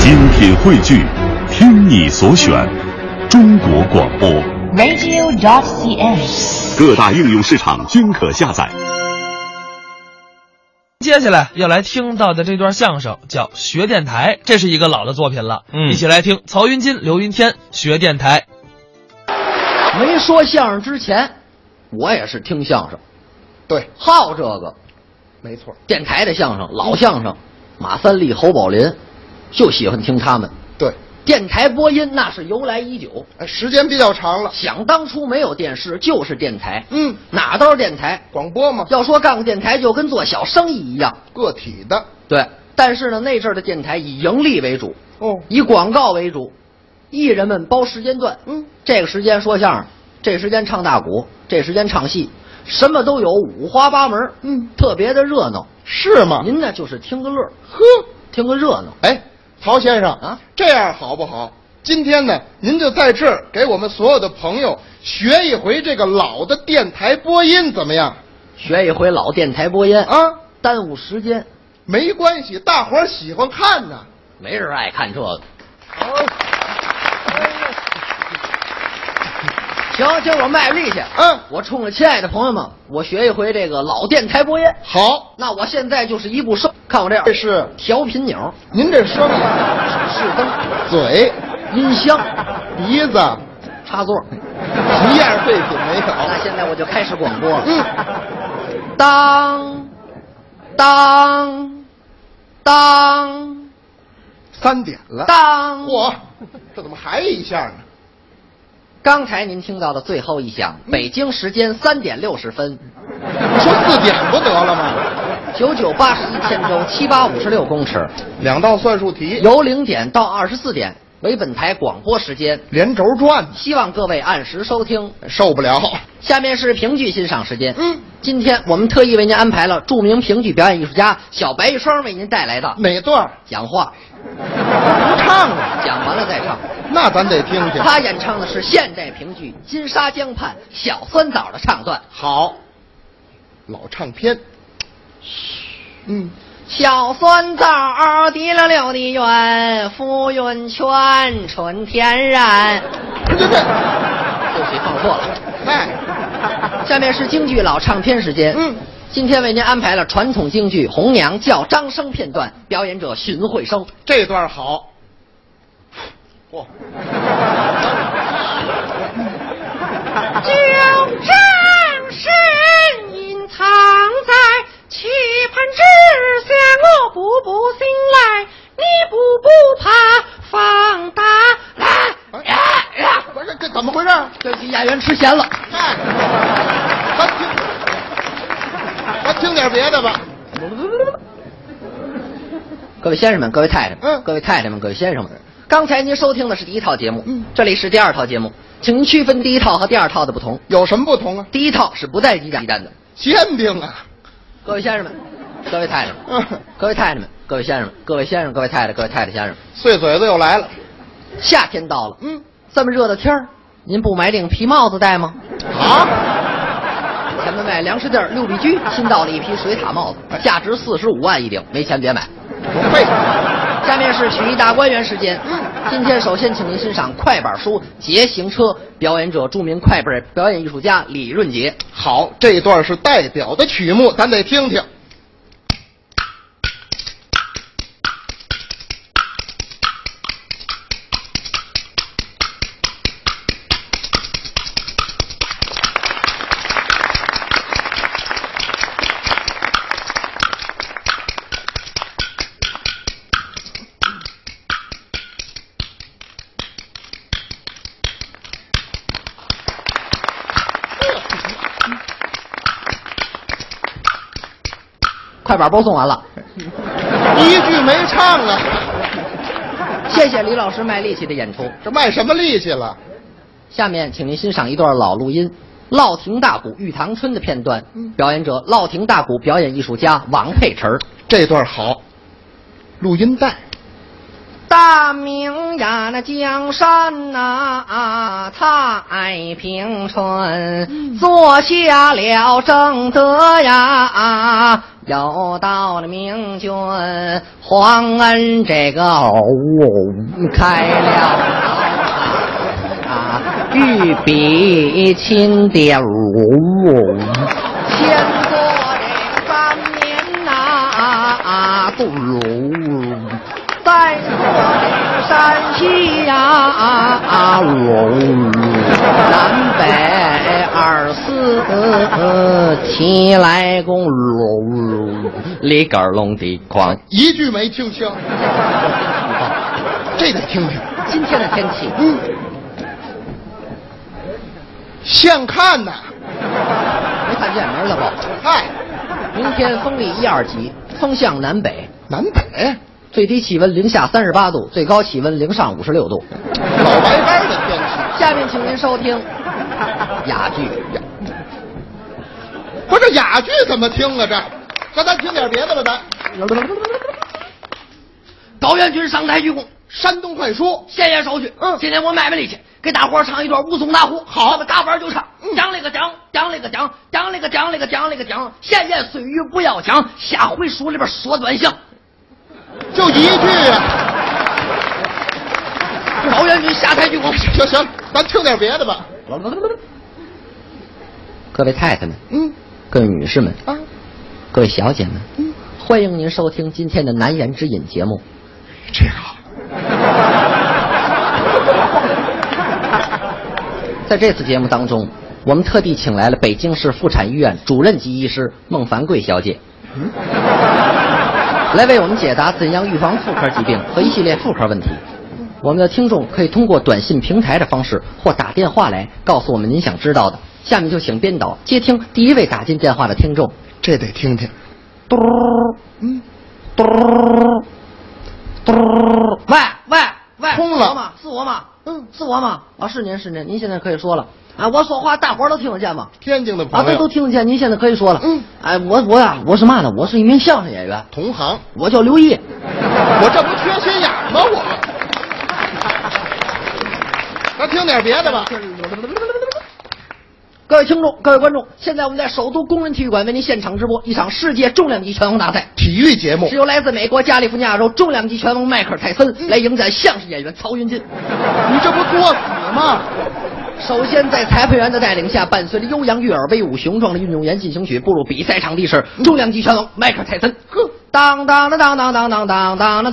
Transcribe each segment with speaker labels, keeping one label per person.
Speaker 1: 精品汇聚，听你所选，中国广播。
Speaker 2: radio.cn。
Speaker 1: 各大应用市场均可下载。
Speaker 3: 接下来要来听到的这段相声叫《学电台》，这是一个老的作品了，
Speaker 4: 嗯
Speaker 3: 一起来听曹云金、刘云天《学电台》。
Speaker 5: 没说相声之前，我也是听相声，
Speaker 6: 对，
Speaker 5: 好这个
Speaker 6: 没错，
Speaker 5: 电台的相声，老相声，马三立、侯宝林，就喜欢听他们。
Speaker 6: 对，
Speaker 5: 电台播音那是由来已久，
Speaker 6: 哎，时间比较长了，
Speaker 5: 想当初没有电视，就是电台。
Speaker 6: 嗯
Speaker 5: 哪都是电台。
Speaker 6: 广播嘛，
Speaker 5: 要说干过电台，就跟做小生意一样。
Speaker 6: 个体的，
Speaker 5: 对，但是呢，那阵儿的电台以盈利为主，
Speaker 6: 哦
Speaker 5: 以广告为主，艺人们包时间段，
Speaker 6: 嗯，
Speaker 5: 这个时间说相声，这时间唱大鼓，这时间唱戏，什么都有，五花八门，
Speaker 6: 嗯，
Speaker 5: 特别的热闹。
Speaker 6: 是吗？
Speaker 5: 您呢，就是听个乐儿，
Speaker 6: 呵，
Speaker 5: 听个热闹。
Speaker 6: 哎，曹先生
Speaker 5: 啊
Speaker 6: 这样好不好？今天呢，您就在这儿给我们所有的朋友学一回这个老的电台播音，怎么样？
Speaker 5: 学一回老电台播音，
Speaker 6: 啊，
Speaker 5: 耽误时间，
Speaker 6: 没关系，大伙儿喜欢看呢。
Speaker 5: 没人爱看这个。行，今儿我卖力气。
Speaker 6: 嗯
Speaker 5: 我冲着亲爱的朋友们，我学一回这个老电台播音。
Speaker 6: 好，
Speaker 5: 那我现在就是一部声，看我这样，
Speaker 6: 这是
Speaker 5: 调频钮、
Speaker 6: 您这声啊，
Speaker 5: 是灯、
Speaker 6: 嘴、
Speaker 5: 音箱、
Speaker 6: 鼻子，
Speaker 5: 插座。
Speaker 6: 一样废品没
Speaker 5: 那
Speaker 6: 有。
Speaker 5: 现在我就开始广播了。
Speaker 6: 嗯，
Speaker 5: 当，当，当，
Speaker 6: 三点了。
Speaker 5: 当。
Speaker 6: 嚯，这怎么还一下呢？
Speaker 5: 刚才您听到的最后一响，北京时间三点六十分，
Speaker 6: 说四点不得了吗？
Speaker 5: 九九八十一千周七八五十六公尺，
Speaker 6: 两道算术题，
Speaker 5: 由零点到二十四点为本台广播时间，
Speaker 6: 连轴转，
Speaker 5: 希望各位按时收听。
Speaker 6: 受不了。
Speaker 5: 下面是评剧欣赏时间。
Speaker 6: 嗯，
Speaker 5: 今天我们特意为您安排了著名评剧表演艺术家小白玉霜为您带来的
Speaker 6: 哪段儿
Speaker 5: 讲话，
Speaker 6: 不唱了？
Speaker 5: 讲完了再唱。
Speaker 6: 那咱得听听。
Speaker 5: 他演唱的是现代评剧《金沙江畔》小酸枣的唱段。
Speaker 6: 好，老唱片。嗯，
Speaker 5: 小酸枣儿滴了溜的圆，浮云圈纯天然。
Speaker 6: 不是这这，
Speaker 5: 对不起，放错了。
Speaker 6: 哎，
Speaker 5: 下面是京剧老唱片时间。
Speaker 6: 嗯，
Speaker 5: 今天为您安排了传统京剧《红娘叫张生》片段，表演者荀慧生。
Speaker 6: 这段好。嚯，
Speaker 7: 就正是隐藏在棋盘之下，我步步醒来，你步步怕放大来。
Speaker 6: 哎不是这怎么回事？
Speaker 5: 对不起，演员吃咸了。
Speaker 6: 哎，咱听，咱听点别的吧。
Speaker 5: 各位先生们，各位太太们，
Speaker 6: 嗯
Speaker 5: 各位太太们，各位先生们，刚才您收听的是第一套节目，
Speaker 6: 嗯
Speaker 5: 这里是第二套节目，请您区分第一套和第二套的不同。
Speaker 6: 有什么不同啊？
Speaker 5: 第一套是不带鸡蛋的。
Speaker 6: 煎饼啊。
Speaker 5: 各位先生们， 各位太太们，
Speaker 6: 嗯，
Speaker 5: 各位太太们，各位先生们，各位先生，各位太太，各位太太先生，
Speaker 6: 碎嘴子又来了。
Speaker 5: 夏天到了，
Speaker 6: 嗯，
Speaker 5: 这么热的天儿，您不买顶皮帽子戴吗？
Speaker 6: 啊，
Speaker 5: 前门外粮食店六必 居新到了一批水獭帽子，价值四十五万一顶，没钱别买。
Speaker 6: 我废话。
Speaker 5: 下面是曲艺大观园时间。嗯今天首先请您欣赏快板书《捷行车》，表演者著名快板表演艺术家李润杰。
Speaker 6: 好，这一段是代表的曲目，咱得听听。
Speaker 5: 快板播送完了，
Speaker 6: 一句没唱啊，
Speaker 5: 谢谢李老师卖力气的演出。
Speaker 6: 这卖什么力气了？
Speaker 5: 下面请您欣赏一段老录音《烙亭大鼓玉堂春》的片段，表演者烙亭大鼓表演艺术家王佩墻儿。
Speaker 6: 这段好，录音带。
Speaker 5: 大明呀，那江山呐、啊，太平春，坐下了正德呀，啊有道的明君皇恩这个偶开了啊，御笔亲点五，先过这三年呐、啊，杜鲁。在我山西呀、啊，啊龙南北二四齐来公龙，里杆龙的狂。
Speaker 6: 一句没听清，这得听听，
Speaker 5: 今天的天气，嗯，
Speaker 6: 现看呐，
Speaker 5: 没看见门了不？
Speaker 6: 哎，
Speaker 5: 明天风力一二级，风向南北，
Speaker 6: 南北
Speaker 5: 最低气温零下三十八度，最高气温零上五十六度。
Speaker 6: 老白干的天气，
Speaker 5: 下面请您收听哑剧。
Speaker 6: 不是哑剧怎么听啊？这，那咱听点别的吧，咱
Speaker 5: 导演君上台鞠躬，
Speaker 6: 山东快书，
Speaker 5: 谢谢首曲。嗯，今天我卖卖力气，给大伙儿唱一段武松打虎。好，嗯咱们打板就唱，讲了个讲，讲了个讲，讲了个讲，了个讲，了个讲。闲言碎语不要讲，下回书里边说短项。
Speaker 6: 就一句啊。
Speaker 5: 导演君下台鞠躬。
Speaker 6: 行行，咱听点别的吧。
Speaker 5: 各位太太们，
Speaker 6: 嗯
Speaker 5: 各位女士们，
Speaker 6: 啊，
Speaker 5: 各位小姐们，嗯欢迎您收听今天的难言之隐节目。
Speaker 6: 这个好
Speaker 5: 在这次节目当中，我们特地请来了北京市妇产医院主任级医师孟凡贵小姐，来为我们解答怎样预防妇科疾病和一系列妇科问题。我们的听众可以通过短信平台的方式或打电话来告诉我们您想知道的。下面就请编导接听第一位打进电话的听众。
Speaker 6: 这得听听。
Speaker 5: 嘟，嗯，嘟，嘟，喂喂喂，
Speaker 6: 通了
Speaker 5: 是我吗？是我吗？嗯，是我吗？啊，是您是您，您现在可以说了。啊，我说话大伙儿都听得见吗？
Speaker 6: 天津的
Speaker 5: 啊，
Speaker 6: 朋
Speaker 5: 这都
Speaker 6: 友，
Speaker 5: 听得见，您现在可以说了。
Speaker 6: 嗯，
Speaker 5: 哎，我我呀、我是嘛呢？我是一名相声演员，
Speaker 6: 同行，
Speaker 5: 我叫刘毅。
Speaker 6: 我这不缺心眼儿吗？ 我，咱听点别的吧。
Speaker 5: 各位听众，各位观众，现在我们在首都工人体育馆为您现场直播一场世界重量级拳王大赛，
Speaker 6: 体育节目
Speaker 5: 是由来自美国加利福尼亚州重量级拳王迈克尔·泰森来迎战相声演员曹云金。
Speaker 6: 你这不作死吗？
Speaker 5: 首先，在裁判员的带领下，伴随着悠扬悦耳、威武雄壮的运动员进行曲，步入比赛场地是重量级拳王迈克尔·泰森。当当当当当当当当当当当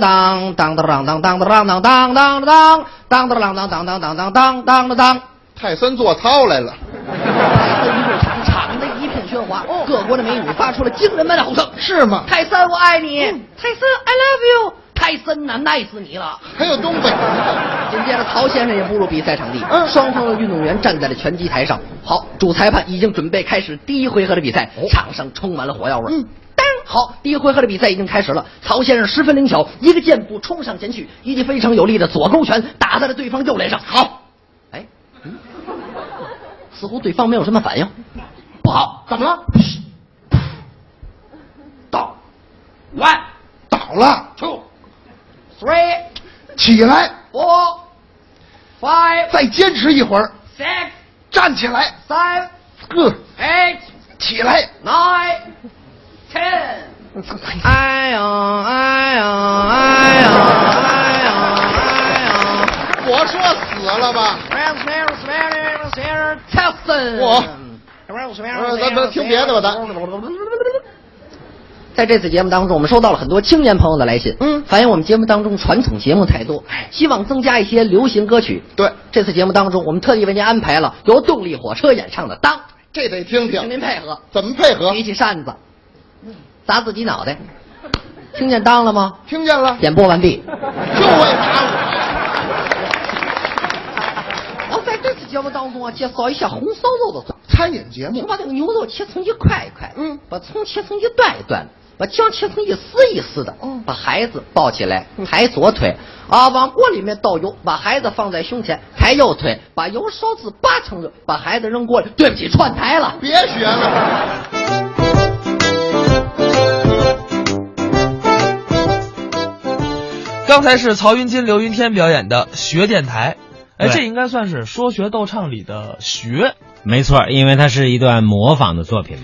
Speaker 5: 当当当当当当当当当当当当当当当当当当当当。
Speaker 6: 泰森做操来了，
Speaker 5: 泰森一路长长的一片喧哗，各国的美女发出了惊人般的吼声。
Speaker 6: 是吗？
Speaker 5: 泰森，我爱你！
Speaker 7: 泰森，I love you。
Speaker 5: 泰森呐，爱死你了！
Speaker 6: 还有东北的，
Speaker 5: 紧接着，曹先生也步入比赛场地。嗯，双方的运动员站在了拳击台上。好，主裁判已经准备开始第一回合的比赛，场上充满了火药味。嗯，当好，第一回合的比赛已经开始了。曹先生十分灵巧，一个箭步冲上前去，一记非常有力的左勾拳打在了对方右脸上。好，哎，嗯似乎对方没有什么反应，不好，怎么了？到，one
Speaker 6: 倒了，
Speaker 5: two three
Speaker 6: 起来，
Speaker 5: four five
Speaker 6: 再坚持一会儿，
Speaker 5: six
Speaker 6: 站起来，
Speaker 5: seven
Speaker 6: 呵，
Speaker 5: eight
Speaker 6: 起来，
Speaker 5: nine ten。哎呦哎呦哎呦哎呦哎呦！
Speaker 6: 我说死了吧？
Speaker 5: 我
Speaker 6: 我，呃咱咱听别的吧，咱
Speaker 5: 在这次节目当中，我们收到了很多青年朋友的来信，
Speaker 6: 嗯哎
Speaker 5: 反映我们节目当中传统节目太多，希望增加一些流行歌曲。
Speaker 6: 对，
Speaker 5: 这次节目当中，我们特地为您安排了由动力火车演唱的《当》，
Speaker 6: 这得听
Speaker 5: 请您
Speaker 6: 听，
Speaker 5: 配合，
Speaker 6: 怎么配合
Speaker 5: 举？起扇子，砸自己脑袋，听见“当”了吗？
Speaker 6: 听见了，
Speaker 5: 演播完毕。
Speaker 6: 就为打我。
Speaker 5: 我哦在这次节目当中啊，介绍一下红烧肉的做法。
Speaker 6: 餐饮节
Speaker 5: 请
Speaker 6: 目
Speaker 5: 把这个牛肉切成一块一块，
Speaker 6: 嗯
Speaker 5: 把葱切成一段一段的，把姜切成一丝一丝的，
Speaker 6: 哦
Speaker 5: 嗯，把孩子抱起来，
Speaker 6: 嗯
Speaker 5: 抬左腿，啊，往锅里面倒油，把孩子放在胸前，抬右腿，把油烧至八成热，把孩子扔锅里。对不起，串台了。
Speaker 6: 别学了，
Speaker 3: 各刚才是曹云金、刘云天表演的《学电台》，哎，
Speaker 2: 对
Speaker 3: 这应该算是说学逗唱里的“学
Speaker 2: 没错，因为它是一段模仿的作品嘛。”